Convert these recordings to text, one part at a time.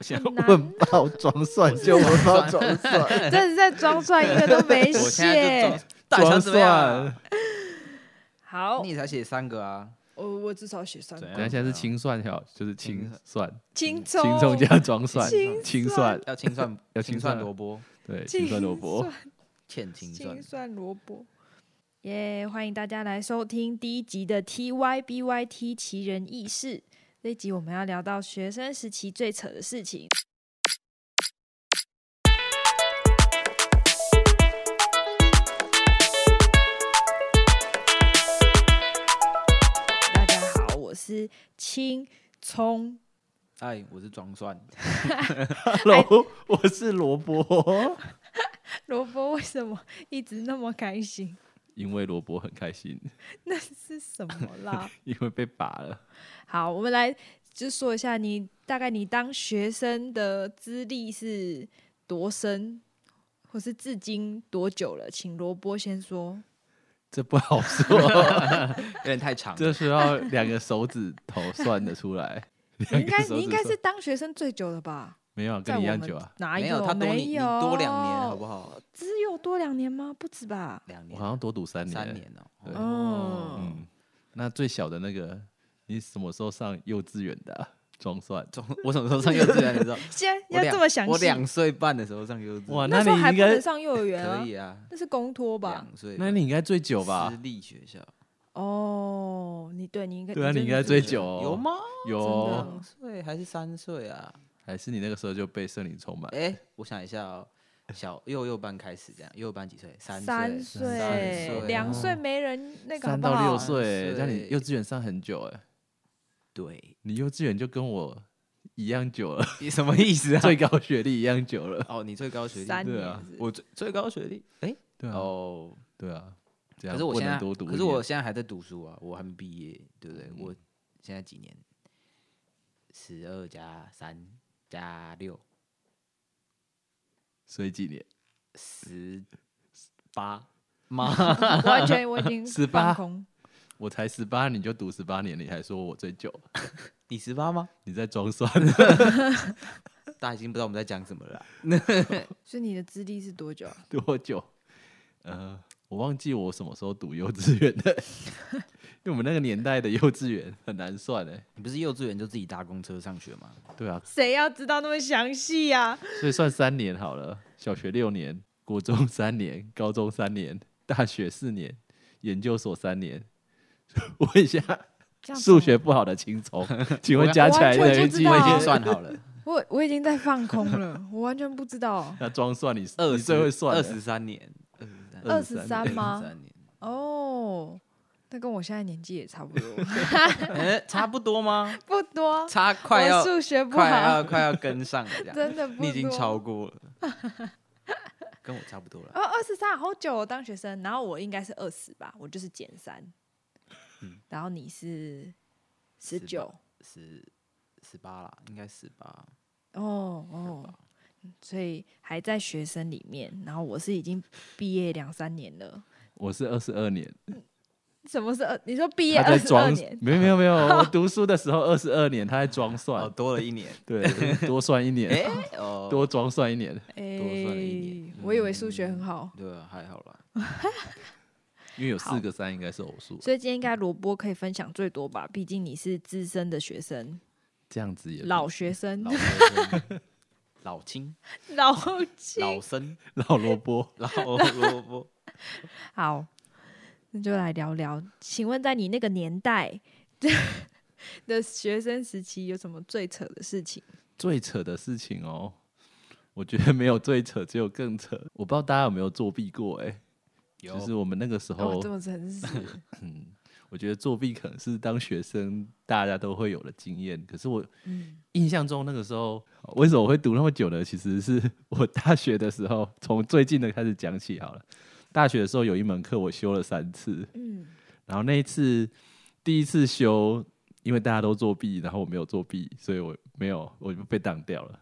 想很难啊问爆装蒜就问我爆要装 蒜，真的是在装蒜，一个都没我现在写就装。，到底想装怎么样蒜？，好，啊你才写三个啊，我我至少写三怎等一个样下是青蒜条，就是青蒜，青青葱，葱加装蒜青，青蒜蒜， 要清算要清清算蒜萝卜，对，青青蒜萝卜。欠清算青。蒜萝卜。耶欢迎大家来收听第一集的 T Y B Y T 奇人异事。这一集我们要聊到学生时期最扯的事情。大家好，我是青葱。哎，我是装蒜， Hello，我是萝卜， 萝卜为什么一直那么开心？ 因为萝卜很开心，那是什么 啦？因为被拔了。好，我们来就说一下你大概你当学生的资历是多深，或是至今多久了？请罗波先说。这不好说，有点太长 了。这需要两个手指头算得出来。 你两应个该手你应指该头是当学生最久的吧？没有啊跟在我你一们样久啊，哪有，他多你，你哎有多两年好不好？只有多两年吗？不止吧？两我年，好像多读三年。三年哦。对哦嗯，那最小的那个，你什么时候上幼稚园的啊？装蒜。中 我什么时候上幼稚园的时候？现在 我要两这么详我细？两岁半的时候上幼稚哇，园，那你时候还应不能该，上幼儿园啊可，以啊，那是公托吧？两岁那你应该最久吧私？立学校哦，你对你应该对啊真你应的该是最久哦有吗？真有的，两岁还是三岁啊？还是你那个时候就被圣灵充满？哎，我想一下哦，小幼幼班开始这样，幼幼班几岁？三三三岁，两岁没人那个哦好三不到好六？岁，三岁让你幼稚园上很久哎，对，你幼稚园就跟我一样久 了， 你什么意思啊？最高学历一样久了。哦，你最高学历三对年啊是不是我最最高学历，哎，对啊，哦，对啊，这样可是我不现在，能多读一可年。是我现在还在读书啊，我还没毕业，对不对？嗯我现在几年？十二加三加六，所以几年？十八吗？ 完全我已 经十放八空。我才十八，你就读十八年，你还说我最久，你十八吗？你在装 蒜？大家已经不知道我们在讲什么了啊。所以你的资历是多久啊？多久？呃，我忘记我什么时候读幼稚园 的，因为我们那个年代的幼稚园很难算哎。你不是幼稚园就自己搭公车上 学吗？对啊，谁要知道那么详细呀？所以算三年好了，小学六年，国中三年，高中三年，大学四年，研究所三年。 问一下这样子哦数学不好的青 葱，请问加起来我完等全于不几知道我已啊经 算好 了，我，我我已经在放空了，我完全不 知道。哦那装蒜你你二十最会算了二十三年，二二十十三三吗？三年，哦，那跟我现在年纪也差不多，哎，差不多吗？ 不 多。差快我要数学不快好要，快要跟上了，这样真的 不多。你已经超过了， 跟我差不多了。哦，二十三好久哦，当学生，然后我应该是二十吧，我就是减三。然后你是十九，十十八啦，应该十八。哦哦，所以还在学生里面，然后我是已经毕业两三年了。我是二十二年，什么是二？你说毕业他在二十二装年，？没有没有 没有，我读书的时候二十二年，他在装哦，蒜，多了一 年。对，多算一哎、年， 哦，多装蒜一年，哎、算了一年我以为数学很好，对啊，还好 啦。因为有好四个三应该是偶数，所以今天应该萝卜可以分享最多吧？毕竟你是资深的学生，这样子也不老学生老，生老青、老 老青。 生、老萝卜。老 萝卜，好，那就来聊聊。请问，在你那个年代 的学生时期，有什么最扯的事情？最扯的事情哦，我觉得没有最扯，只有更扯。我不知道大家有没有作弊过、欸，有就是我们那个时哦候，，这么诚实，我觉得作弊可能是当学生大家都会有的经验。可是我 嗯，印象中那个时候，为什么我会读那么久呢？其实是我大学的时候，从最近的开始讲起好了。大学的时候有一门课我修了三次，嗯，然后那一次第一次修，因为大家都作弊，然后我没有作弊，所以我没有我就被挡掉了。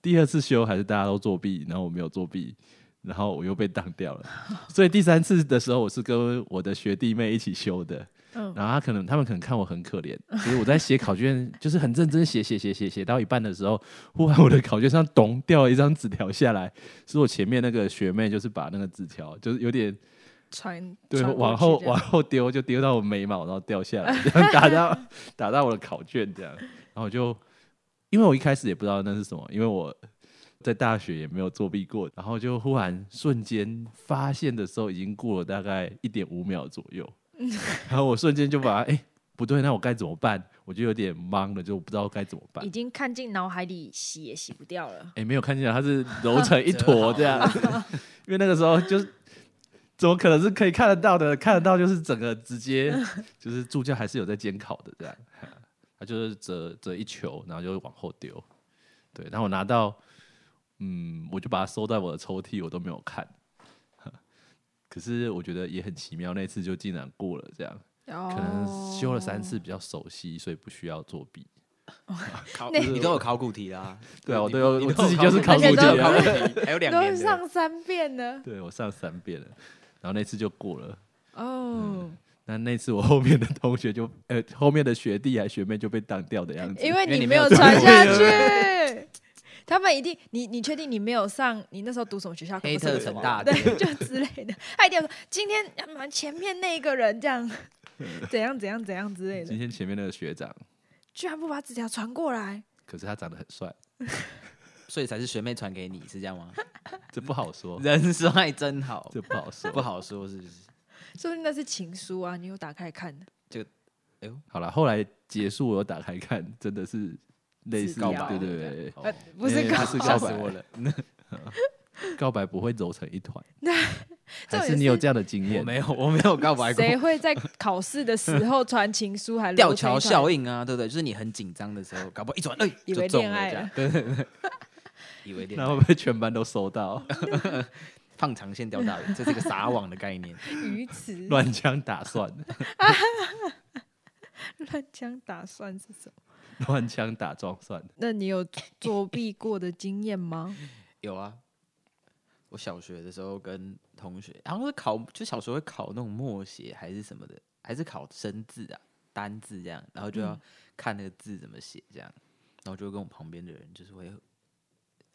第二次修还是大家都作弊，然后我没有作弊，然后我又被挡掉了。所以第三次的时候，我是跟我的学弟妹一起修的。嗯然后他可能他们可能看我很可怜，就是我在写考卷，就是很认真写写写写写到一半的时候，忽然我的考卷上咚掉了一张纸条下来，是我前面那个学妹就是把那个纸条就是有点传对传过往去后这样往后丢，就丢到我眉毛，然后掉下来，这样打到打到我的考卷这样，然后我就因为我一开始也不知道那是什么，因为我在大学也没有作弊过，然后就忽然瞬间发现的时候，已经过了大概一点五秒左右，嗯然后我瞬间就把它哎、不对，那我该怎么办？我就有点懵了，就不知道该怎么办已。经看进脑海里，洗也洗不掉了。哎、没有看见啊，它是揉成一坨这样， 因为那个时候就是怎么可能是可以看得到的？看得到就是整个直接就是助教还是有在监考的这样，他就是折折一球，然后就往后丢。对，然后我拿到，嗯，我就把它收在我的抽屉，我都没有看。 可是我觉得也很奇妙，那次就竟然过了，这样可能修了三哦次比较熟悉，所以不需要作弊。考那你都有考古题啦， 对啊我你都有你我都自己就是考古题啊你都有考古题还有两都年的，上三遍了对我上三遍了，然后那次就过了。嗯哦，那那次我后面的同学就，呃，后面的学弟还学妹就被当掉的样子。因为因为你你没没有有传读下对去。 他们一定，你你确定你没有上？你那时候读什么学校？黑可不是特什成么大对，就之类的。他一定要说今天要么前面那一个人这 样，怎样怎样怎样之类的今，天前面那个学长，居然不把纸条传过来，可是他长得很帅，所以才是学妹传给你，是这样吗？这不好说，人帅真好，哦这不好说。不好说是不是？说不定那是情书啊，你有打开看的。好了，后来结束我有打开看，真的是类似是告对白对对对对对，呃哦，不是哎告不是吓告死白我了，告白不会揉成一 团。重点还是你有是这样的经我验？没有，我没有告白过。谁会在考试的时 候传情书还吊桥应？效应啊，对不对？就是你很紧张的时候，搞不好一转，哎、 以就为中恋爱这样了对对对， 以为恋那爱会，不会全班都收到？放长线钓大鱼，这是个撒网的概念。 鱼池乱枪打算，乱枪打算是什么？乱枪打撞算。那你有作弊过的经验吗？有啊，我小学的时候跟同学，好像是考，就小时候会考那种默写还是什么的，还是考生字啊、单字这样，然后就要看那个字怎么写这样，然后就会跟我旁边的人就是会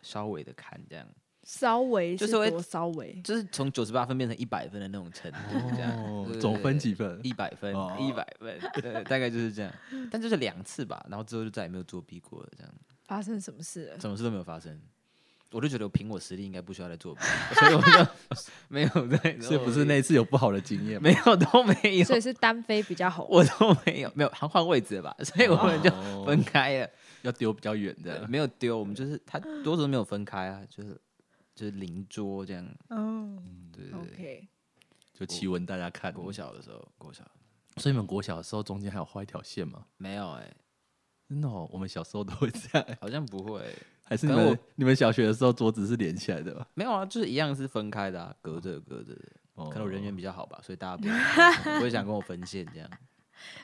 稍微的看这样，稍微就是是会多稍微，就是从九十八分变成一百分的那种程度 这样。哦对，对总分对几 分？一百分哦，一百 分，对，大概就是这样。但就是两次吧，然后之后就再也没有作弊过了，这样发生什么事 了？什么事都没有发生。我就觉得我凭我实力应该不需要再作弊， 所以我就没有再作弊。是不是那次有不好的经验吗？没有都没有所，以是单飞比较哦红。我都没有没有，还换位置了吧？所以我们就哦分开了，要丢比较远对，的，没有丢，我们就是他多数都没有分开啊，就是就是邻桌这样。哦嗯对对对， ，OK，就奇闻大家看。国小的时候，国小所以你们国小的时候中间还有画一条线吗？没有哎，真的哦，我们小时候都会这样欸，好像不会欸，还是你可能们我你们小学的时候桌子是连起来的吗？没有啊，就是一样是分开的啊，隔着隔着的。哦可能我人缘比较好吧，所以大家不会 不会想跟我分线这样，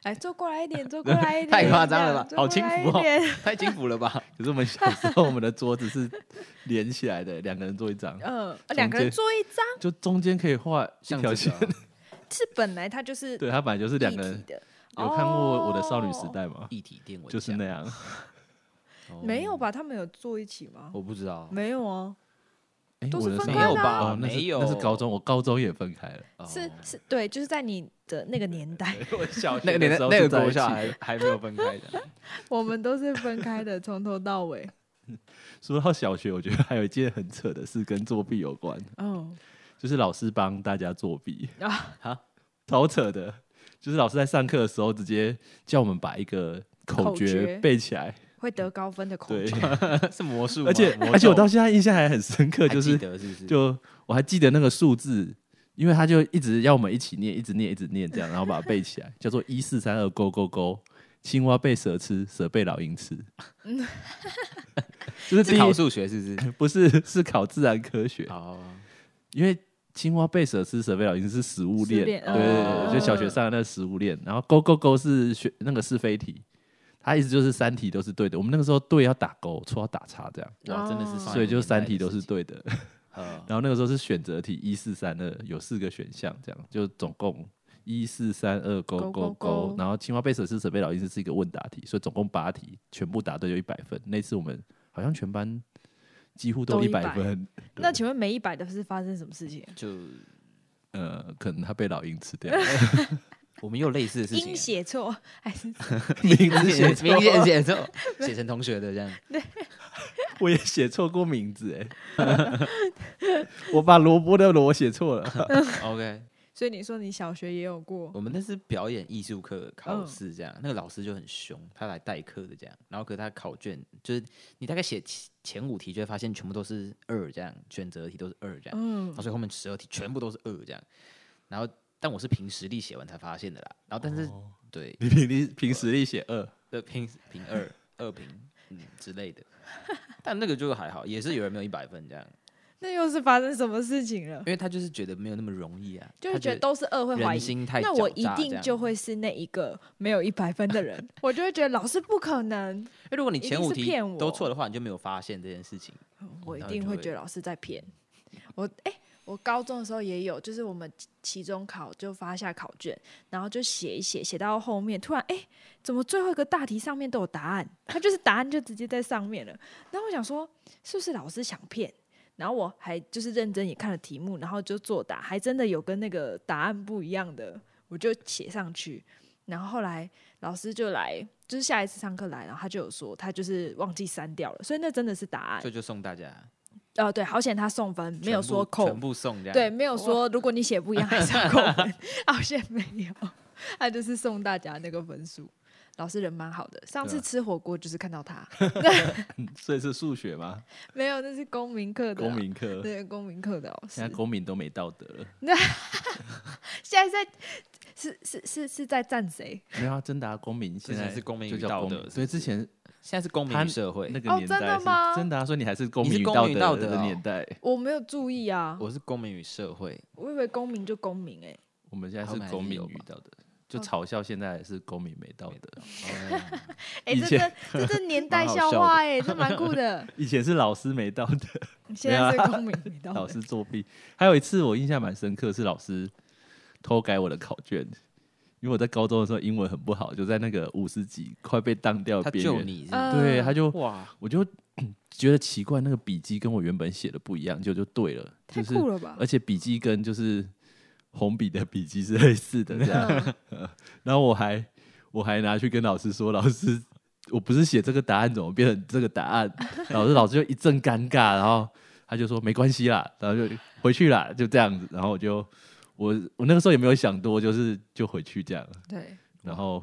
哎，坐过来一 点，坐过来一点，太夸张了吧这？样好轻浮坐过哦来一点，太轻浮了吧？可是我们小时候我们的桌子是连起来的，欸两个人坐一张，嗯，两个人坐一张，就中间可以画 一像条这线个。啊是本来它就是对，它本来就是两个立体人。的。哦有看过我的少女时代吗？一体电蚊就是那样，那没有吧？他们有坐一起吗？我不知道，没有啊，哎，都我是的少分开女的啊哦那是没有那是高中，我高中也分开了。哦是是，对，就是在你的那个年代，我小学那个年的时代候那是个在国一起校的，还还没有分开的， 我们都是分开的，从头到 尾。说到小学，我觉得还有一件很扯的事跟作弊有关，哦，就是老师帮大家作弊。 啊，超扯的，就是老师在上课的时候直接叫我们把一个口口诀诀背起来，会得高分的口对，诀。是魔术吗， 而且魔咒而且我到现在印象还很深刻，还就记是得是不是？就我还记得那个数字，因为他就一直要我们一起念，一直念，一直念这样，然后把它背 起来，叫做一四三二勾勾勾，青蛙被蛇吃，蛇被老鹰吃，嗯 就是第是考一数学是不 是？不是是考自然科学，哦，因为青蛙被蛇吃，蛇被老鹰是食物链，食对链对对哦对，就小学上的那个食物链。然后勾勾勾是学那个是非题，它意思就是三题都是对的。我们那个时候对要打勾，错要打叉这样，哇，真的是哦上一个所以就年代三的题都是事情，对的。哦然后那个时候是选择题，一四三二有四个选项，这样就总共一四三二勾勾勾勾勾勾，然后青蛙贝舍斯沈贝老医师是一个问答题，所以总共八题，全部答对就一百分。那次我们好像全班几乎都都一百100分，那请问每一百的是发生什么事情？就呃，可能他被老鹰吃掉了，我们又类似的事情音欸，写错还是 名字明写 显错明显写错，写成同学的这样，我也写错过名字哎、我把萝卜的萝写错了。 OK，所以你说你小学也有过我们那是表演艺术课考嗯试这样，那个老师就很凶，他来代课的这样，然后可是他考卷就是你大概写前前五题就会发现全部都是二这样，选择题都是二这样，嗯然后所以后面十二题全部都是二这样，然后但我是凭实力写完才发现的啦，然后但是、对，你凭你凭实力写二，呃凭凭二二平嗯之类的，但那个就还好，也是有人没有一百分这样，那又是发生什么事情了因？为他就是觉得没有那么容易啊，就他是觉得都是二会怀人疑，心太那我狡一诈这定样就会是那一个没有一百分的人， 我就会觉得老师不可能，因为如果你一前定五是题骗我都错的话，你就没有发现这件事情。我一那定就会会觉得老师在骗我。哎、我高中的时候也有，就是我们期期中考就发下考卷，然后就写一写，写到后面突然哎、怎么最后一个大题上面都有答案？它就是答案就直接在上面了。然后我想说，是不是老师想骗？然后我还就是认真也看了题目，然后就作答，还真的有跟那个答案不一样的，我就写上去。然后后来老师就来，就是下一次上课来，然后他就有说他就是忘记删掉了，所以那真的是答案所。以就送大家，呃，对，好险他送分，哎没有全部说扣全，部送这样。对，，没有说如果你写不一样还是要扣分，好险没有，他就是送大家那个分数。老师人蛮好的，上对次啊吃火锅就是看 到他，所以是数学吗？没有，那是公民课的啊，公民课，对公民课的哦老师现在。公民都没道德了。现在在是是是是在赞谁？没有啊，真的啊，公民现前在是公民就与叫道公德民是所以不是之前现在是公民他与社会，那个哦年代真的是吗真的啊，所以你还是公你民是与公道民与道德德的哦年代。 我没有注意啊，我是公民与社会，我以为公民就公民哎、我们现在他是们还是公民有与吧道德，就嘲笑现在是公民没道哦德。哦哎、以这前这这这年代蛮好笑笑话哎、这蛮酷 的。以前是老师没道德，现没有在啊是公民没到老师作弊。还有一次我印象蛮深刻，是老师偷改我的考卷，因为我在高中的时候英文很不好，就在那个五十几快被当掉的他边救缘。你是不呃是，对，他就哇，我就 觉得奇怪，那个笔记跟我原本写的不一样，就就对了，太就是酷了吧？而且笔记跟就是红笔的笔记是类似的嗯这 样。然后我还我还拿去跟老师说，老师，我不是写这个答案，怎么变成这个答案？老师老师就一阵尴尬，然后他就说没关系啦，然后就回去啦，就这样子。然后我就我我那个时候也没有想多，就是就回去这样。对，然后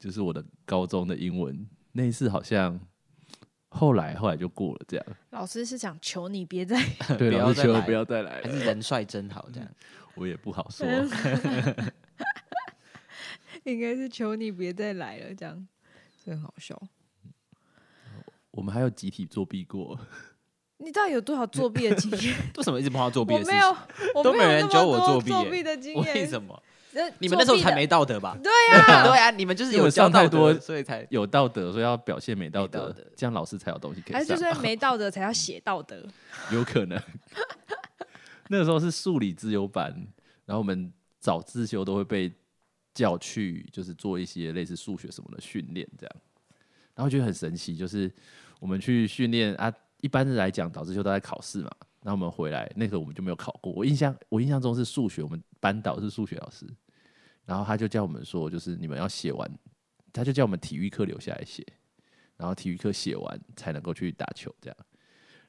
就是我的高中的英文那一次好像。后来，后来就过了，这样老师是想求你别再 对，啊不老要师再求来不要再来还了，是人帅真好这样。我也不好说。应该是求你别再来了，这样真好笑。我们还有集体作弊过，你到底有多少作弊的经验？为什么一直碰到 作弊我的事没有情？，我都没没有人那教么我作作弊耶弊的经验。为什么？呃你们那时作候弊才的没道德吧？对呀、 对啊，你们就是因为有教上太道德多所 以才有道德，所以要表现没道德，没道德这样老师才有东西可还以是就上，是没道德才要写道 德，有可能。 那个时候是数理自由班，然后我们早自修都会被叫去，就是做一些类似数学什么的训练，这样。然后觉得很神奇，就是我们去训练啊，一般来讲早自修都在考试嘛，然后我们回来那个我们就没有考过。我印象我印象中是数学，我们班导是数学老师，然后他就叫我们说，就是你们要写完，他就叫我们体育课留下来写，然后体育课写完才能够去打球这样。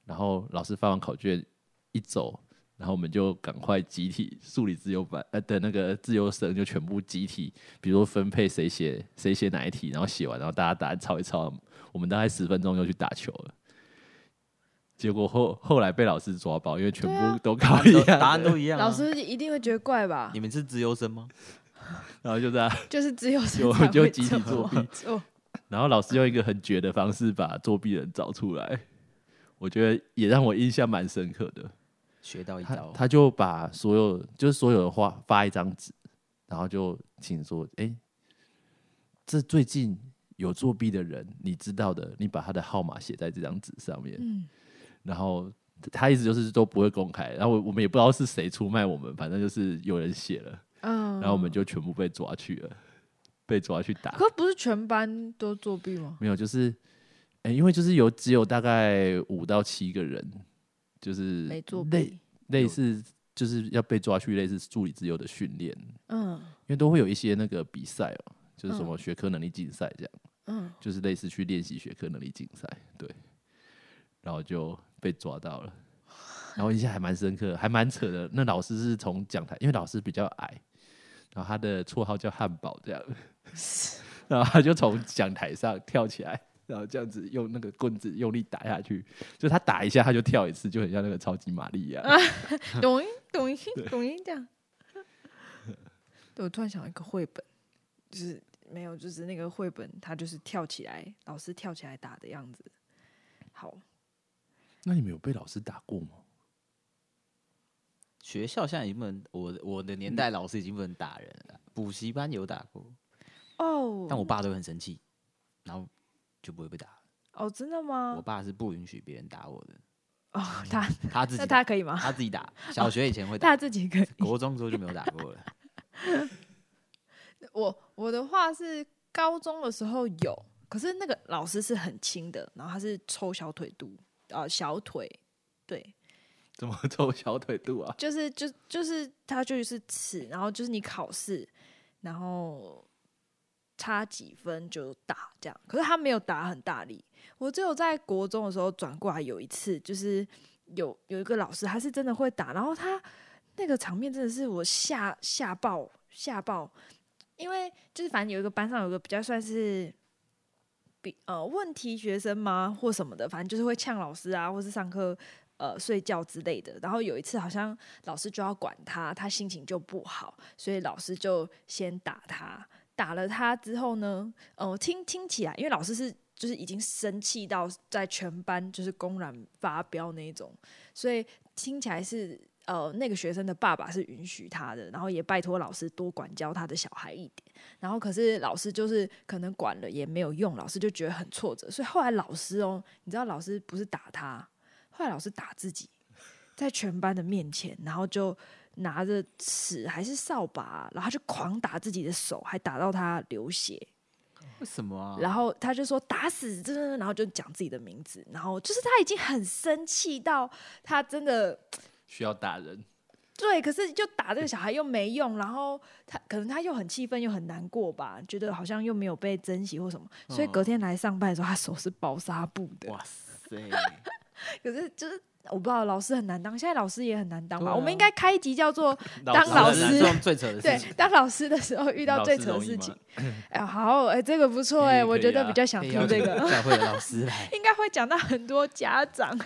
然后老师发完考卷一走，然后我们就赶快集体数理自由班呃的那个自由生就全部集体，比如说分配谁写谁写哪一题，然后写完，然后大家答案抄一抄，我们大概十分钟就去打球了。结果后后来被老师抓包，因为全对啊部都考一样的，答案都一样啊。老师一定会觉得怪吧你？们是自由生吗？然后就这样，就是只有就生才就会集体作弊做。 然后老师用一个很绝的方式把作弊人找出来，我觉得也让我印象蛮深刻的。学到一他招，他就把所有就是所有的话发一张纸，然后就请说，哎、这最近有作弊的人，你知道的，你把他的号码写在这张纸上面。嗯，然后他意思就是都不会公开，然后我我们也不知道是谁出卖我们，反正就是有人写了，嗯，然后我们就全部被抓去了，被抓去打。可不是全班都作弊吗？没有，就是，哎、因为就是有只有大概五到七个人，就是没作类弊，类似就是要被抓去类似助理自由的训练，因嗯为都会有一些那个比赛哦、就是什嗯么学科能力竞赛这样，嗯，就是类似去练习学科能力竞赛，对，然后就被抓到了。然后印象还蛮深刻，还蛮扯的。那老师是从讲台，因为老师比较矮，然后他的绰号叫汉堡这样， 然后他就从讲台上跳起来，然后这样子用那个棍子用力打下去，就他打一下他就跳一次，就很像那个超级玛丽一 样。 懂音懂音 懂音这样。对，我突然想到一个绘本，就是没有，就是那个绘本，它就是跳起来，老师跳起来打的样子。好，那你们有被老师打过吗？学校现在已经不能，我我的年代老师已经不能打人了啦，补习班有打过，哦，但我爸都会很生气，然后就不会被打了。哦，真的我吗？爸是不允许别人打我的，哦，他他自己那打他哦可以吗？他自己打。小学以前会打他，自己可以。国中之后就没有打 过了。我我的话是高中的时候有，可是那个老师是很轻的，然后他是抽小腿肚，啊，小腿，对，怎么抽小腿肚啊？就是就就是他就是尺，然后就是你考试，然后差几分就打这样，可是他没有打很大力，我只有在国中的时候转过来有一次，就是有有一个老师他是真的会打，然后他那个场面真的是我吓吓爆吓爆，因为就是反正有一个班上有一个比较算是。比呃问题学生吗，或什么的，反正就是会呛老师啊，或是上课呃睡觉之类的。然后有一次好像老师就要管他，他心情就不好，所以老师就先打他。打了他之后呢，呃，我听听起来，因为老师是就是已经生气到在全班就是公然发飙那一种，所以听起来是呃那个学生的爸爸是允许他的，然后也拜托老师多管教他的小孩一点。然后可是老师就是可能管了也没有用，老师就觉得很挫折，所以后来老师哦，你知道老师不是打他，后来老师打自己，在全班的面前，然后就拿着尺还是扫把，然后他就狂打自己的手，还打到他流血。为什么啊？然后他就说打死，真的，然后就讲自己的名字，然后就是他已经很生气到他真的需要打人？对，可是就打这个小孩又没用，然后他可能他又很气愤又很难过吧，觉得好像又没有被珍惜或什么，所以隔天来上班的时候，他手是包纱布的。嗯哇塞，可是就是我不知道，老师很难当，现在老师也很难当吧？对啊我们应该开一集叫做当老老师啊这种最扯的对事情，，当老师的时候遇到老最师扯的容易事吗情。哎，好，哎，这个不错可哎，以我可觉以得啊比较想可以听邀这请 个，。教会的老师来 应该会讲到很多家长。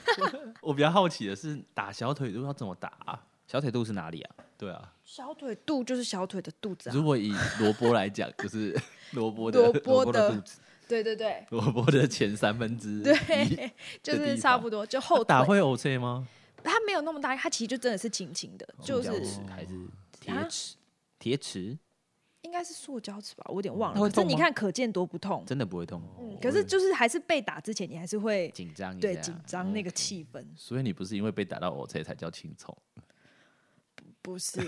我比较好奇的是，打小腿肚要怎么打、啊？小腿肚是哪里啊？对啊，小腿肚就是小腿的肚子啊如，果以萝卜来讲，就是 萝卜萝的卜的的肚，子，对对对萝卜的前三分之一。对，就的地是差方不多，就后打腿，会 OK 吗？它没有那么大，它其实就真的是轻轻的，就塑胶是尺哦还是啊铁尺？铁尺应该是塑胶尺吧，我有点忘那了。会可是痛你吗看，可见多不痛。真的不会痛，嗯，可是就是还是被打之前，你还是会紧张一对下紧张那个 OK 气 氛，所以你不是因为被打到 OK 才叫轻松，不是？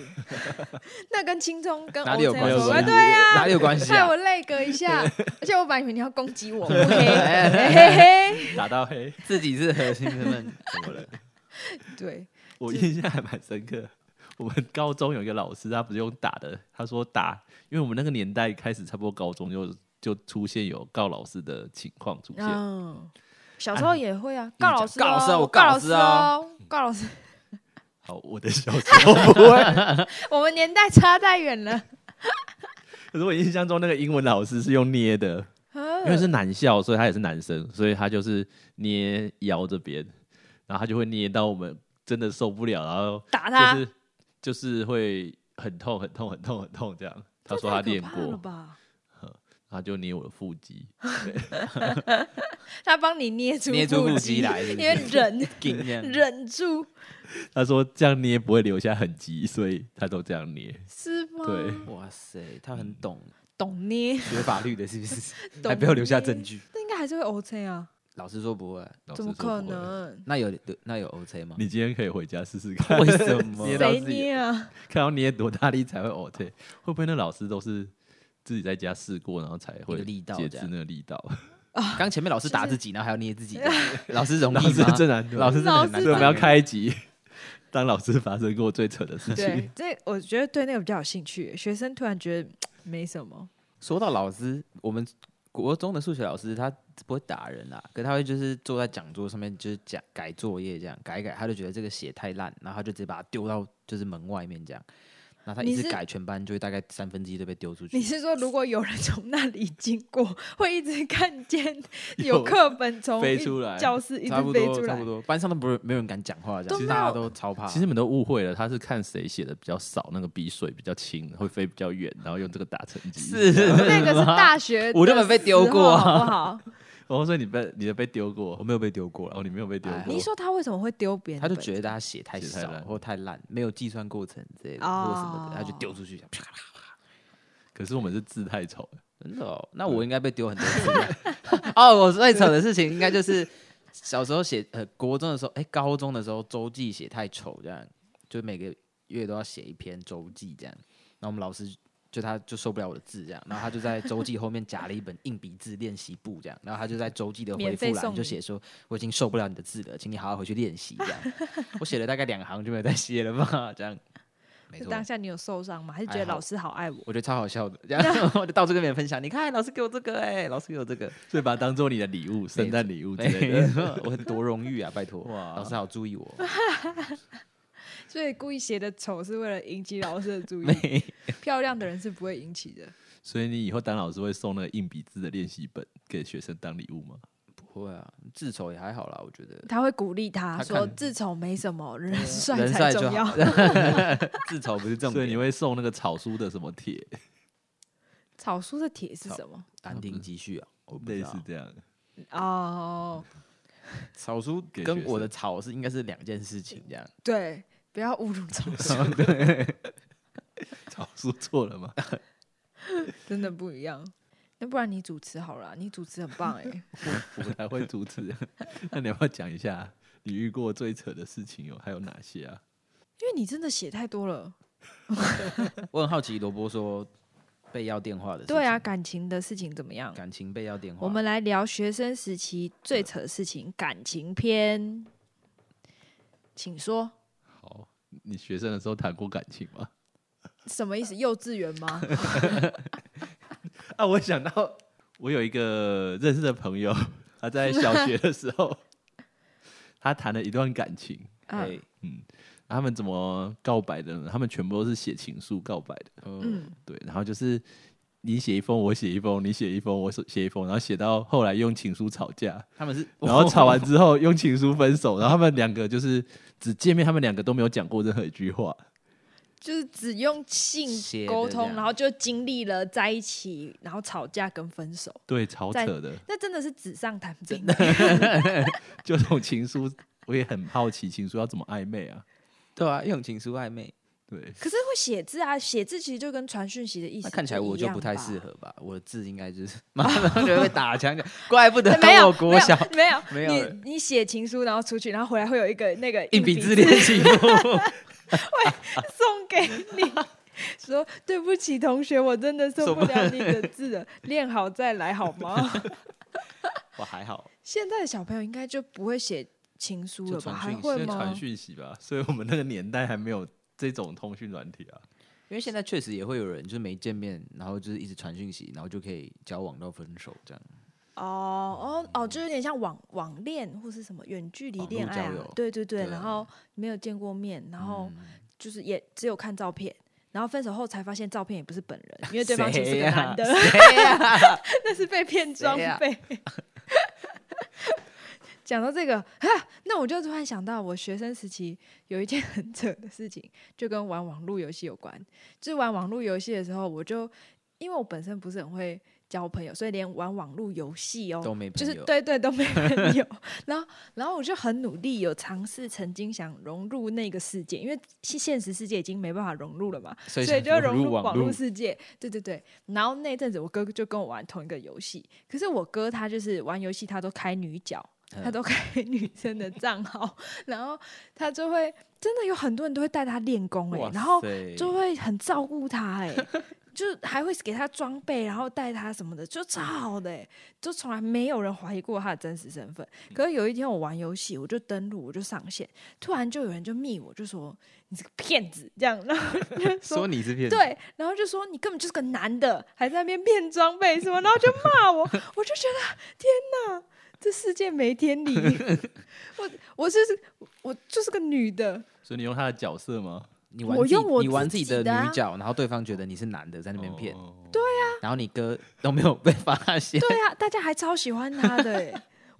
那跟轻松跟哪里有 OZ 关有系？关对啊，哪里有关 系害啊我？累格一下， 而且我本来以为你要攻击 我，OK？嘿嘿嘿打到 黑。自己是核心身份，怎么了？对，我印象还蛮深刻。我们高中有一个老师，他不是用打的，他说打，因为我们那个年代开始，差不多高中就就出现有告老师的情况出现。嗯，小时候也会啊，告讲老师哦，告老师啊我告告老老师师哦，告老师，好，我的 小时候不会，我们年代差太远了。可是我印象中那个英文老师是用捏的，因为是男校，所以他也是男生，所以他就是捏腰这边，然后他就会捏到我们真的受不了，然后打他，就是就是会很痛很痛很痛很痛这样。他这说太他可练怕过了，吧？他就捏我的腹肌。他帮你捏出捏出腹肌来是因不为 是忍嗯紧这样忍住他说这样捏不会留下痕迹，所以他都这样捏。是吗？对，哇塞，他很 懂懂捏，学法律的，是不是？懂还不要留下捏证据，那应该还是会 OK 啊。老师说不会，老怎师说么可不会？能？那有那有 OC 吗？你今天可以回家试试看，为什么 捏到谁自己，捏 啊？看到捏多大力才会 OK？会不会那老师都是自己在家试过，然后才一会个力道解这制样那个力道？刚前面老师打自己，然后还要捏自己 这样，老师容易老师吗？真难度，老师真的很老难师所搞，以我们要开一集， 当老师发生过最扯的事情。对，这我觉得对那个比较有兴趣。学生突然觉得没什么， 说到老师，我们国中的数学老师他不会打人啦，可他会就是坐在讲桌上面，就是讲改作业这样改一改，他就觉得这个写太烂，然后他就直接把它丢到就是门外面这样。然后他一你直是改，全班就会大概三分之一都被丢出你去。是说如果有人从那里经过，会一直看见 有有课本从飞一出来教室一差直不飞多，出差来不？多，班上都不是没有人敢讲话，这都样没有其实大家都超怕。其实你们都误会了，他是看谁写的比较少，那个笔水比较轻，会飞比较远，然后用这个打成绩。是，那个是大学我根本根本被丢过啊好不好？哦，所以你被你的被丢过，我没有被丢过哦，了，你没有被丢哎过。你说他为什么会丢别人 他的就本？觉得大家写太写太少烂或太烂，没有计算过程之类的，或什哦么的，他就丢出去，啪啪啪。可是我们是字太丑了，真的哦，那我应该被丢很多次。 哦，我最扯的事情应该就是小时候写呃国中的时候，哎、高中的时候周记写太丑，这样就每个月都要写一篇周记这样。然后我们老师就他就受不了我的字这样，然后他就在周记后面夹了一本硬笔字练习簿这样，然后他就在周记的回免复费栏送就你写说我已经受不了你的字了，请你好好回去练习这样。我写了大概两行就没有再写了吧， 这样。没那错。当下你有受伤吗？还是觉还得好老师好爱我？我觉得超好 笑的，然后我就到处跟别人分享，你看老师给我这个、哎，老师给我这个，所以把它当做你的礼物，圣诞礼物之类没的。错， 我很多荣誉啊，拜托，哇老师好注 意我，所以故意写的丑是为了引起老师的注意。没漂亮的人是不会引起的。 所以你以后当老师会送那个硬笔字的练习本给学生当礼物吗？不会啊，自丑也还好啦，我 觉得他会鼓励他他说：“看自丑没什么，人帅人才帅重就要。 好， 自丑不是重所以你点，会送那个草书的什么帖，草书的帖是什么？安定积蓄啊，我不知类道啊似，这样。哦，草书给学跟生我的草是应该是两件事情，这样，对，不要侮辱草书，草书错了吗？真的不一样。那不然你主持好了啊，你主持很 棒哎、我才 会主持。 那你要不要讲一下你遇过最扯的事情有还有哪些啊？因为你真的写太多了。我很好奇萝卜说被要电话的，对啊，，感情的事情怎么样？感情被要电话，我们来聊学生时期最扯的事情——感情篇，请说。好，你学生的时候谈过感情 吗？什么意思？幼稚园吗？啊，我想到 我有一个认识的朋友，他在小学的时 候，他谈了一段感情。嗯哎，啊他们怎么告白的呢？他们全部都是写情书告白的。嗯，嗯，对，然后就是你写一封，我写一封，你写一封，我写一封，然后写到后来用情书吵架，他们是，然后 吵完之后用情书分手，然后他们两个就是只见面，他们两个都没有讲过任何一句话。就是只用写性的沟这通，样然后就经历了在一起，然后吵架跟分手，对，超在扯的，那真的是纸上谈兵。就这种情书，我也很好奇，情书要怎么暧昧啊？对啊，用情书暧昧，对，可是会写字啊，写字其实就跟传讯息的意思那看起来我就不太适合。合吧，我的字应该就是 马上就会被打枪的，怪不得哎没有我国小没有没没有有，人你你写情书，然后出去，然后回来会有一个那个硬笔字练习 送给你，说对不起，同学，我真的受不了你的字了，练好再来好吗？ 我还好，现在的小朋友应该就不会写情书了就吧？传还讯息会因为传吗？讯息吧，所以我们那个年代还没有这种通讯软体啊。因为现在确实也会有人就是没见面，然后就是一直传讯息，然后就可以交往到分手这样。哦哦哦，就有点像网网恋或是什么远距离网络恋爱交啊友，对对对，对然后没有见过面，然后就是也只有看照片。然后分手后才发现照片也不是本人，因为对方其实是谁个呀男的，啊谁 啊呀那是被骗装谁呀备。 讲到这个，哈，那我就突然想到，我学生时期有一件很扯的事情，就跟玩网络游戏有关。就是玩网络游戏的时候，我就因为我本身不是很会交朋友，所以连玩网络游戏哦， 都没朋就友，是对对都没朋友。 然后然后我就很努力，有尝试曾经想融入那个世界，因为现现实世界已经没办法融入了嘛，所以所以就想融入网网络络，世界。对对对，然后那阵子我哥就跟我玩同一个游戏，可是我哥他就是玩游戏，他都开女角，他嗯都开 女生的账号，然后他就会真的有很多人都会带他练功哎、哇然后塞就会很照顾他哎、就还会给他装备，然后带他什么的，就超好的、欸，就从来没有人怀疑过他的真实身份。嗯可是有一天我玩游戏，我就登录，我就上线，突然就有人就密我，就说你是个骗子这样，然后我就说你是骗子，对，然后就说你根本就是个男的，还在那边变装备什么，然后就骂我，我就觉得天哪，这世界没天理。我我是我就是个女的，所以你用他的角色吗？你玩我自己用我你玩自自己己的的啊哦女角，然后对方觉得你是男的在那边骗，对，然后你哥都没有被发现，对啊，大家还超喜欢她的、欸，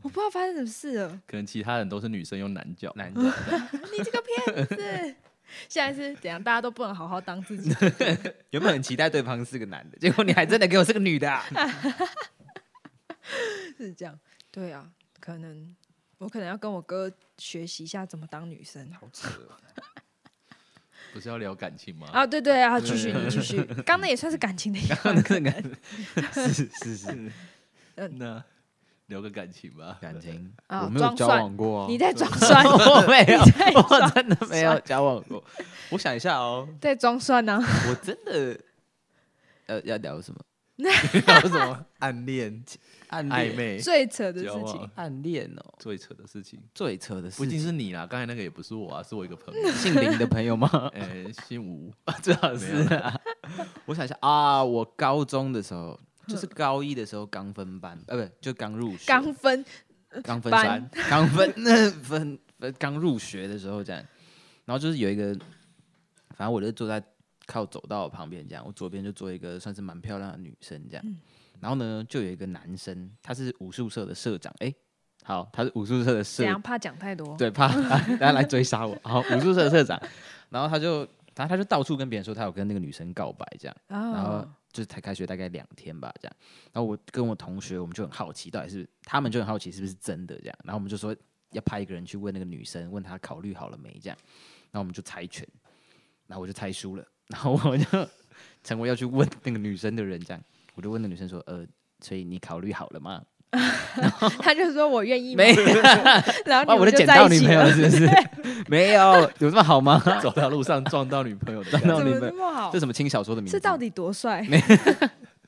我不知道发生什么事了， 可能其他人都是女生用男角，男的你这个骗子。 现在是怎样？大家都不能好好当自己。原本很期待对方是个男的，结果你还真的给我是个女的、啊，是这样，对啊，可能我可能要跟我哥学习一下怎么当女生好扯哦、不是要聊感情吗？啊！对对啊，继续对你继续，刚那也算是感情的一那环。 个感是是是 那聊个感情吧。感 情，啊我没有装交蒜往过、啊，你在装蒜， 我没有 你在， 我装真的没有交往过。我想一下哦，在装蒜啊呢、 我真的呃要聊什么？聊什么？暗恋，暗暧恋，昧最扯的交事情往。暗恋哦，最扯的事情，最扯的不事一定情。是你啦，刚才那个也不是我啊，是我一个朋友，姓林的朋友吗？ 哎、姓 吴，最好是是啊。我想一下啊，我高中的时候，就是高一的时候刚分班，呃，不，就刚入学，刚分刚分班班，刚分 那分分刚入学的时候这样，然后就是有一个，反正我就坐在靠走道旁边这样，我左边就坐一个算是蛮漂亮的女生这样，然后呢就有一个男生，他是武术社的社长，哎、好，他是武术社的社怎样？怕讲太多。对，怕 大家来追杀我。好，武术社的社长，然后他就，然后他就到处跟别人说他有跟那个女生告白这样。然后哦，就是才开学大概两天吧，这样。然后我跟我同学，我们就很好奇，到底是他们就很好奇是不是真的这样。然后我们就说要派一个人去问那个女生，问她考虑好了没这样。然后我们就猜拳，然后我就猜输了，然后我就 成为要去问那个女生的人这样。我就问那女生说，呃，所以你考虑好了吗？他就说我愿意吗， 没，然后哇，你我们就就捡在到一女起朋友了 了，是不是？ 没有，有这么 好吗？走到路上撞到女朋 友的感撞觉，怎到女啊么朋那友，么好这？什么轻小说的名这字？到底多帅？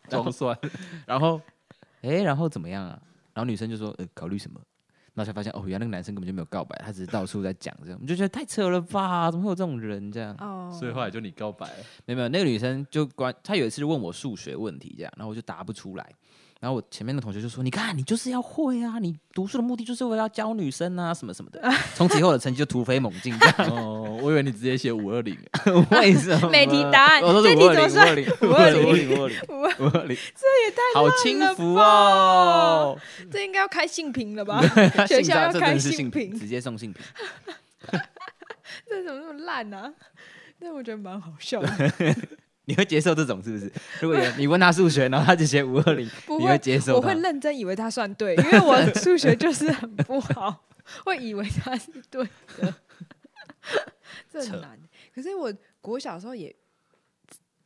装蒜，然后，哎、然后怎么样啊？然后女生就说，呃，考虑什么？然后才发现，哦，原来那个男生根本就没有告白，他只是到处在讲这样，我们就觉得太扯了吧？怎么会有这种人这样？哦，所以后来就你告白了，没有没有，那个女生就关，她有一次就问我数学问题这样，然后我就答不出来。然后我前面的同学就说：“你看，你就是要会啊！你读书的目的就是为了要教女生啊，什么什么的。”从此以后我的成绩就突飞猛进，这样 哦，我以为你直接写五二零，欸为什么？每题答案我说这是题五怎么二零，五二零，五二零，五二零，我五二零，好轻浮哦！这应该要开性平了吧？ 学信校要这真开的是性啊性平，直接送性平。这怎么那么烂啊？ 但我觉得蛮好笑的，你会接受这种是不是？如果有你问他数学，然后他只写五二零，不你会接受我他会？ 认真以为他算对，因为 我数学就是很不好， 会以为他是对 的，这扯很难。可是我国小时候也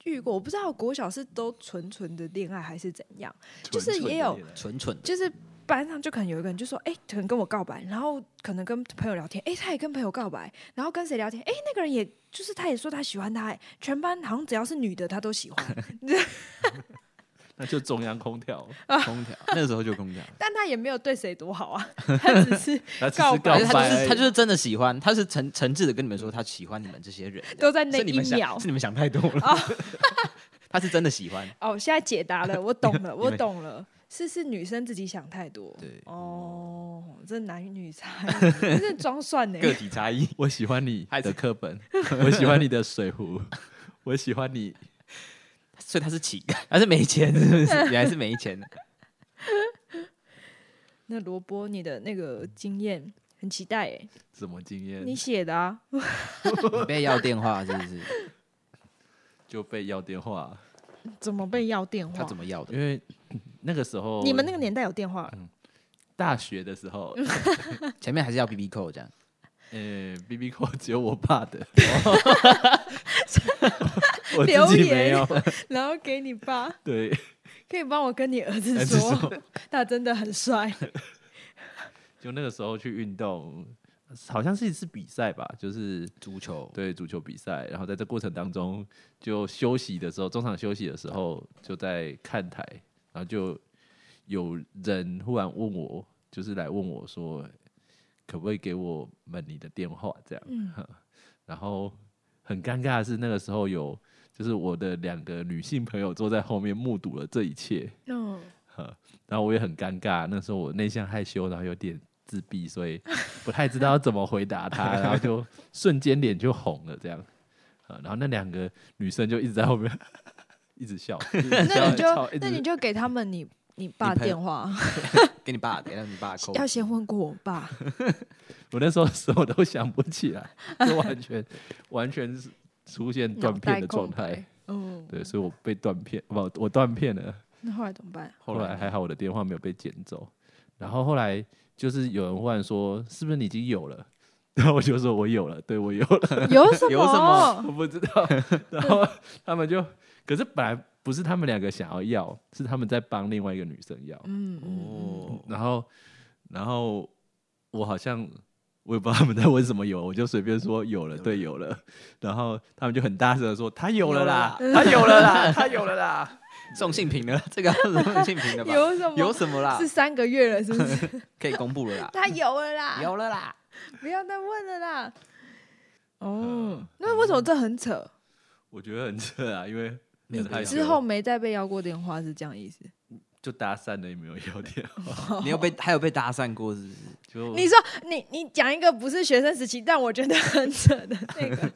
遇过，我不知道国小是都纯纯的恋爱还是怎样， 就是纯纯的也有恋爱蠢蠢的，就是班上就可能有一个人就说，哎、可能跟我告白，然后可能跟朋友聊天，哎、他也跟朋友告白，然后跟谁聊天，哎、那个人也就是他也说他喜欢他、哎，全班好像只要是女的他都喜 欢，那就中央空调，啊空调 那时候就空调，但他也没有对谁多好啊，他只是他只是告告白可是啊他白就而是已，他就是真的喜欢，他是诚诚挚的跟你们说他喜欢你们这些人，都在那是你一们秒想是。你们想太多了， 他是真的喜 欢，哦，现在解答了，我懂了，我们懂了，是是女生自己想太多。对哦，这男女差异，这是装蒜呢、个体差异。我喜欢你还是的课 本，我喜欢你的水壶，我喜欢你，所以他是乞丐，他是没钱，是不是？原来是没钱 的。那萝卜，你的那个经验很期待哎、什么经验你写的啊，你被要电话是不是？ 就被要电话，怎么被要电他话怎？么要因的？为那个时候你们那个年代有电话了？大学的时 候，前面还是要 B B 扣这样，呃，B B 扣只有我爸 的，我留自己言没有。然后给你爸，对，可以帮我跟你儿子儿子说，他真的很帅。就那个时候去运动，好像是一次比赛吧，就是足球对足球比赛。然后在这过程当中，就休息的时候，中场休息的时候，就在看台，然后就有人忽然问我，就是来问我说，可不可以给我们你的电话这样？嗯 然后很尴尬的是，那个时候有就是我的两个女性朋友坐在后面目睹了这一切。嗯，然后我也很尴尬，那时候我内向害羞，然后有点自闭，所以不太知道要怎么回答他，然后就瞬间脸就红了这样。呃然后那两个女生就一直在后面 一直笑，一直那笑你就笑嗯一那你直就给他们你你爸你朋友电话， 给你爸，给让你爸扣。哦要先问过我爸。我那时候什么都想不起来，就完全完全是出现断片的状脑袋态空白。嗯，对，所以我被断片，不，我断片了。那后来怎么办？后来还好，我的电话没有被捡走。然后后来就是有人忽然说：“是不是你已经有了？” 然后我就说：“我有了，对我有了。”有什么？有什么 我不知道。然后他们就，可是本来不是他们两个想要要，是他们在帮另外一个女生要。嗯嗯哦，然后，然后我好像我也不知道他们在问什么有，我就随便说有了，对，有了。然后他们就很大声的说：“他有了啦，他有了啦，他有了啦。 送性平的，这个要送性平的嗯，吧？有什么？有什么啦是？三个月了，是不 是？可以公布 了啦，他有了啦，有了啦。不要再问了啦。啊哦，那为什么这很扯？”我觉得很扯啊，因为没有很害羞之后没再被要过电话是这样意思？就搭讪了，也没有要电话。你有被还有被搭讪过是不是？就你说你你讲一个不是学生时期，但我觉得很扯的那 个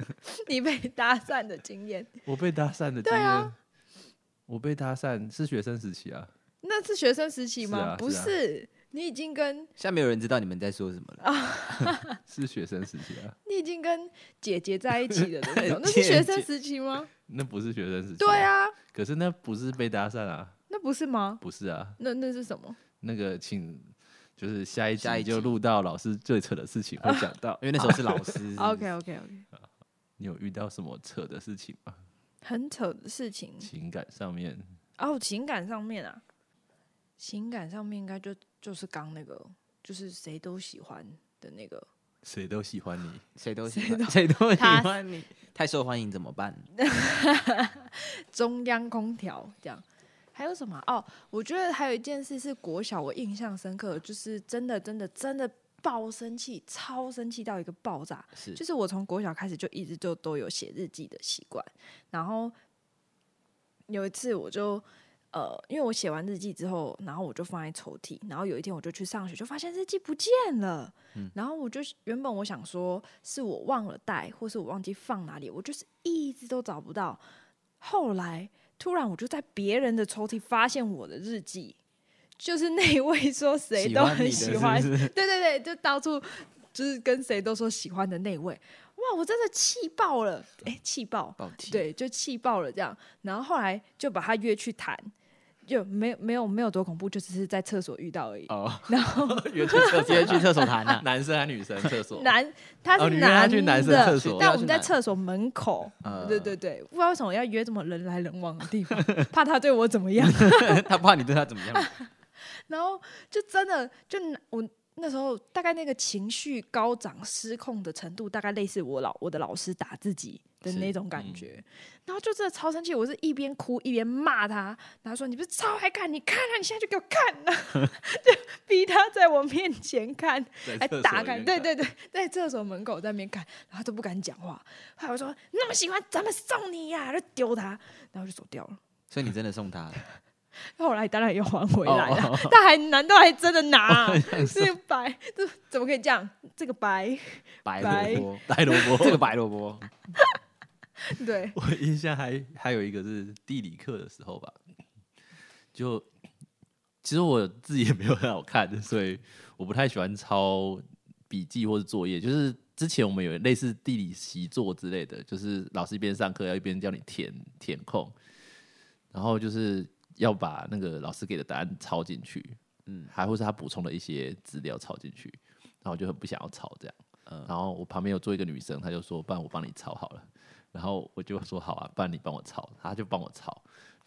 你被搭讪的经验，我被搭讪的经对啊验，我被搭讪是学生时期啊，那是学生时期吗？是啊不是啊是，你已经跟现在没有人知道你们在说什么了。，是学生时期啊，你已经跟姐姐在一起了的那种 那是学生姐姐时期吗？那不是学生时期、对，啊，可是那不是被搭讪啊，那不是吗？不是啊，那那是什么？那个请就是下一集下一集就录到老师最扯的事情会讲 到，因为那时候是老师是不 是 OK OK OK，你有遇到什么扯的事情吗？很扯的事情情感上面，哦，情感上面啊，情感上面应该就就是刚那个，就是谁都喜欢的那个，谁都喜欢 你，谁都喜谁欢， 谁都喜他欢你，太受欢迎怎么办？中央空调这样。还有什么啊？哦，我觉得还有一件事是国小我印象深刻的，就是真的真的真的爆生气，超生气到一个爆炸。是就是我从国小开始就一直就都有写日记的习惯，然后有一次我就呃，因为我写完日记之后，然后我就放在抽屉，然后有一天我就去上学，就发现日记不见了，嗯然后我就原本我想说是我忘了带，或是我忘记放哪里，我就是一直都找不到，后来突然我就在别人的抽屉发现我的日记。就是那一位说谁喜都欢你很的喜是不欢，是对对对，就到处就是跟谁都说喜欢的那位，哇，我真的气爆了，哎、气爆， 爆体，对，就气爆了这样。然后后来就把他约去谈，就没有没有没有多恐怖，就只是在厕所遇到而已。哦，然后约去厕直接去厕所谈 啊。男生还女生厕所， 男他哦你是约他男的，去男生嗯厕所但要我去们在男厕所门口。呃对对，对，不知道为什么要约这么人来人往的地 方，怕他对我怎么样。他怕你对他怎么样？然后就真的就拿我那时候大概那个情绪高涨失控的程度，大概类似我老我的老师打自己的是那种嗯感觉。然后就真的超生气，我是一边哭一边骂他，然后说你不是超爱看，你看啊，你现在就给我看啊， 就逼他在我面前看，在还厕所哎打里开，面对对对，在厕所门口在那边看，然后他都不敢讲话。后来我说那么喜欢，咱们送你呀、就丢他，然后就走掉了。所以你真的送他了？后来当然又还回来了，哦哦哦但还难道还真的拿、这哦个白，这怎么可以这样？这个白， 白萝卜，白萝卜这个白萝卜，对，我印象还还有一个是地理课的时候吧，就其实我自己也没有很好看，所以我不太喜欢抄笔记或是作业。就是之前我们有类似地理习作之类的，就是老师一边上课要一边叫你填填空，然后就是要把那个老师给的答案抄进去，嗯还或是他补充的一些资料抄进去，然后我就很不想要抄这样。嗯然后我旁边有坐一个女生，她就说：“不然我帮你抄好了。”然后我就说：“好啊，不然你帮我抄。”她就帮我抄。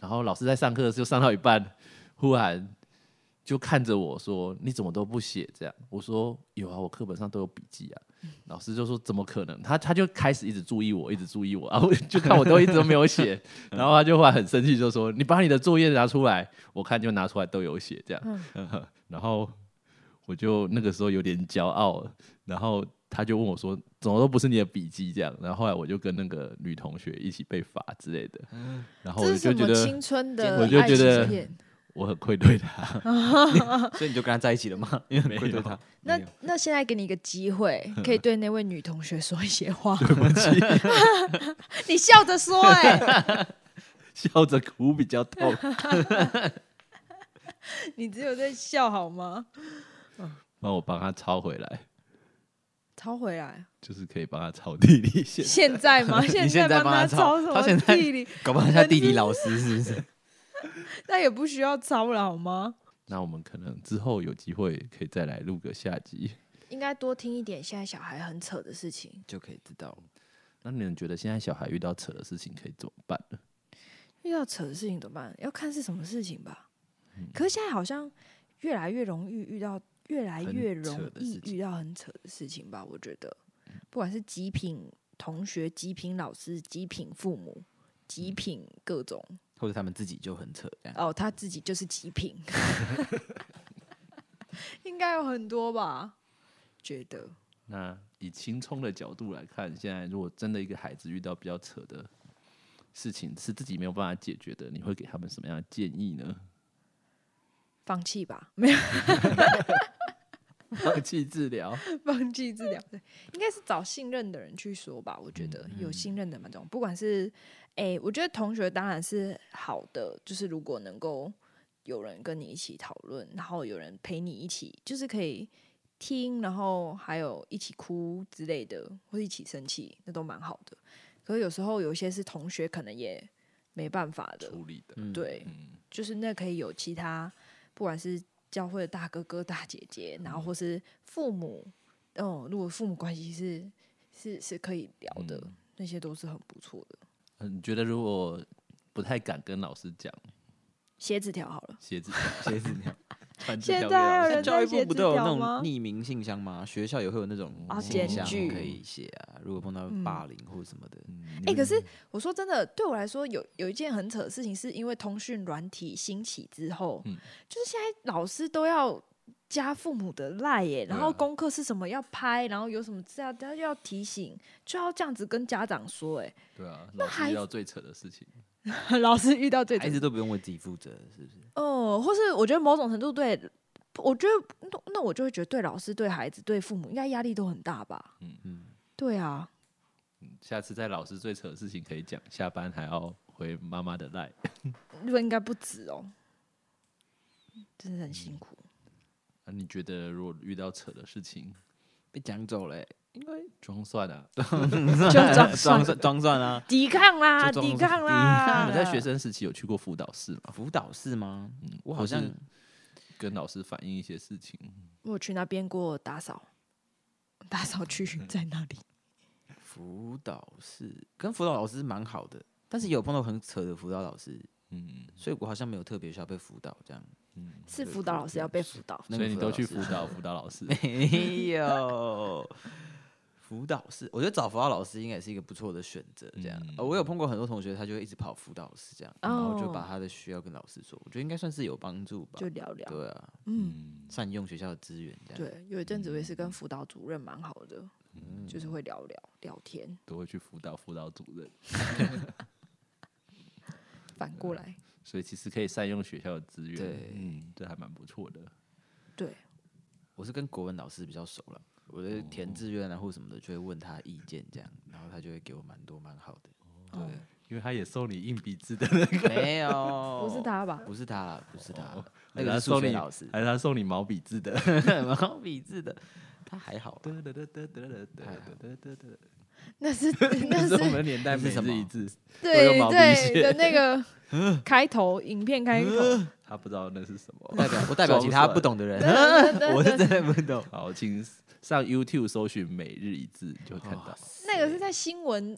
然后老师在上课的时候上到一半，忽然就看着我说：“你怎么都不写？”这样我说：“有啊，我课本上都有笔记啊。”老师就说：“怎么可能？”他他就开始一直注意我，一直注意我，然后就看我都一直都没有写，然后他就会很生气，就说：“你把你的作业拿出来，我看就拿出来都有写这样。 然后我就那个时候有点骄傲了，然后他就问我说：“怎么都不是你的笔记这样？”然后后来我就跟那个女同学一起被罚之类的，然哦后这我是就什觉么青得春的我就爱觉得情片？我很愧对他。 所以你就跟他在一起了吗？因为没愧对有他，那没有那现在给你一个机 会，可以对那位女同学说一些话。 你笑着说、哎，笑着哭比较 痛。 你只有在笑好吗？帮我帮他抄回来，抄回来，就是可以帮他抄地理线。现在吗？ 你现在在帮他他抄什他么现在地理？搞不好他地理老师是不是？那也不需要抄了好吗？那我们可能之后有机会可以再来录个下集。应该多听一点现在小孩很扯的事情，就可以知道，那你们觉得现在小孩遇到扯的事情可以怎么办呢？遇到扯的事情怎么办？要看是什么事情吧。嗯可是现在好像越来越容易遇到，越来很越扯容的易事情嗯遇到很扯的事情吧。我觉得，不管是极品同学、极品老师、极品父母、极嗯品各种，或者他们自己就很扯这样。哦，他自己就是极 品，应该有很多吧？觉得那以青葱的角度来看，现在如果真的一个孩子遇到比较扯的事情，是自己没有办法解决的，你会给他们什么样的建议 呢？放弃吧，没有放弃治疗， 放弃治疗，对，应该是找信任的人去说吧。我觉得有信任的那种，不管是诶、我觉得同学当然是好的，就是如果能够有人跟你一起讨论，然后有人陪你一起，就是可以听，然后还有一起哭之类的，或者一起生气，那都蛮好的。可是有时候有一些是同学可能也没办法的，处理的。嗯，对，就是那可以有其他，不管是教会的大哥哥、大姐姐，然后嗯或是父母，嗯，如果父母关系是是是可以聊的，嗯那些都是很不错的。呃你觉得如果不太敢跟老师讲写纸条好了，鞋子，鞋子鸟。穿纸现条给在还老有师人啊像教在育写部不字都有那条种吗匿名信箱吗？学校也会有那种啊信检箱举嗯可以写啊。如果碰到霸凌或什么的，嗯哎、可是我说真的，对我来说有有一件很扯的事情，是因为通讯软体兴起之后，嗯就是现在老师都要加父母的赖耶，然后对啊功课是什么要拍，然后有什么资料，他就要提醒，就要这样子跟家长说，哎，对啊，老孩师子遇到最扯的事情， 老师遇到这孩种子都不用为自己负责，是不是？哦，或是我觉得某种程度对，我觉得那那我就会觉得对老师、对孩子、对父母应该压力都很大吧？嗯嗯，对啊，下次在老师最扯的事情可以讲，下班还要回妈妈的赖。这应该不止哦，真的很辛苦。那啊你觉得如果遇到扯的事情，被讲走了欸，应该装蒜啊？ 就装装蒜蒜装蒜啊。抵抗 啦，就装抵蒜抗那啦！你在学生时期有去过辅导室吗？啊辅导室吗？我好或是像跟老师反映一些事情，我去那边给我打扫，打扫区域在那里？辅导室跟辅导老师蛮好的，但是有碰到很扯的辅导老师，嗯，所以我好像没有特别需要被辅导这样。是辅导老师要被辅导，那所以个你都去辅辅导辅导老师。没有。辅导室，我觉得找辅导老师应该也是一个不错的选择。这样、呃我有碰过很多同学，他就会一直跑辅导室这样，然后就把哦他的需要跟老师说，我觉得应该算是有帮助吧就。聊聊。对啊，嗯，善用学校的资源这样。对，嗯有一阵子我也是跟辅导主任蛮好的，就是会聊聊聊天，都会去辅导辅导主任，反过来。所以其实可以善用学校的资源，对嗯，这还蛮不错的。对，我是跟国文老师比较熟了，我的嗯填志愿啊或什么的，就会问他意见这样，然后他就会给我蛮多蛮好的。因因为他也收你硬笔字的那个，没有， 不是，他吧？不是他啦，不是他啦， 还那是他个是收数学你老师，还是他送你毛笔字的。毛笔字的，他还 好啊吧，那是 那那是我是们年代那是每什日么一字，对毛笔对屑的那个嗯开头，影片开头。他不知道那是什么。代表我代表其他不懂的人，嗯 我是真的不懂。好，请上 YouTube 搜寻“每日一字”就会看到。那个是在新闻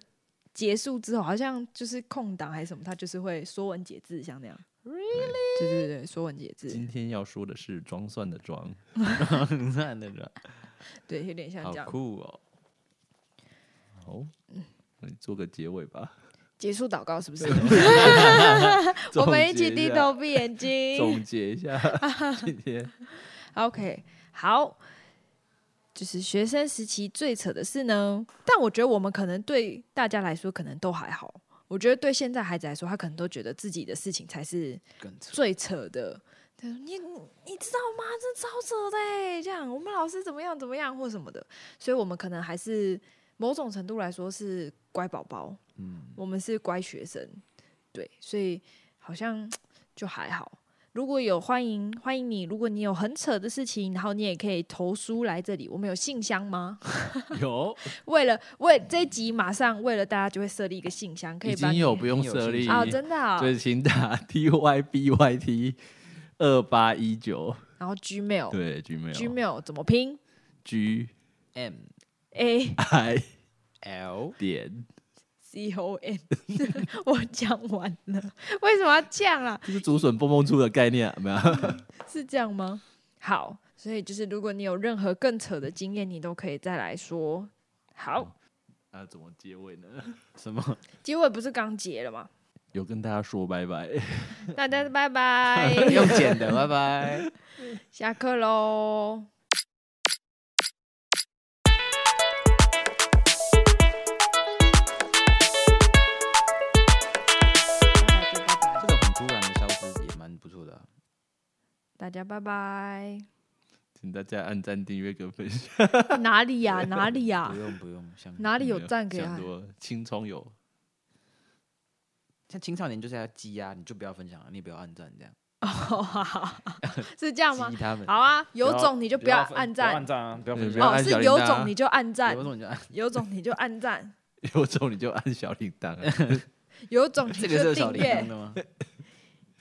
结束之后，好像就是空档还是什么，他就是会说文解字，像那样。Really？对对对，说文解字今，天要说的是装蒜的装， 那的人，对，有点像好这样。酷哦！好，那你做个结尾吧。结束祷告是不是？ 我总们一结起低下头闭眼总睛。结一下今天 OK，好。就是学生时期最扯的事呢，但我觉得我们可能对大家来说可能都还好。我觉得对现在孩子来说，他可能都觉得自己的事情才是更扯，最扯的。他说：“你你你知道吗？这超扯的欸！这样我们老师怎么样怎么样或什么的，所以我们可能还是某种程度来说是乖宝宝，嗯，我们是乖学生，对，所以好像就还好。如果有欢迎欢迎你，如果你有很扯的事情，然后你也可以投书来这里。我们有信箱吗？有为了为这一集马上为了大家就会设立一个信箱，可以已经帮你 有不用已经有设信立息啊，真的啊、所以请打 T Y B Y T 二八一九，然后 Gmail 对 Gmail 哦 Gmail 怎么拼 G M ？A I L 点， C O N，我讲完了，为什么要这样啦？这是竹笋蹦蹦出的概念、啊，有没有？是这样吗？好，所以就是如果你有任何更扯的经验，你都可以再来说。好，那怎么结尾呢？ 什么？结尾不是刚结了吗？有跟大家说拜拜， 大家拜拜， 用剪 的，拜拜。下课喽。这种很突然的消失也蛮不错的啊、大家拜拜，请大家按赞、订阅跟分享。哪里呀、哪里呀、不用不用，像哪里有没赞给想他？多青葱有 像青少年就是要激啊，你就不要分享了，你也不要按赞这样，是这样吗激？他们。好啊，有种你就不要按赞赞啊，不要分享哦，按是小铃有铛啊种你就按赞有，种你就按，有种你就按赞，有种你就按小铃铛啊， 有种你这个是就有小订铃铛阅，的吗？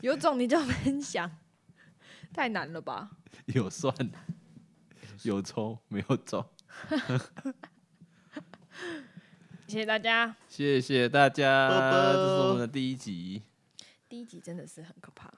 有种你就分享，太难了吧？有蒜，有葱没有种。谢谢大家，谢谢大家，啵啵这是我们的第一集。第一集真的是很可怕。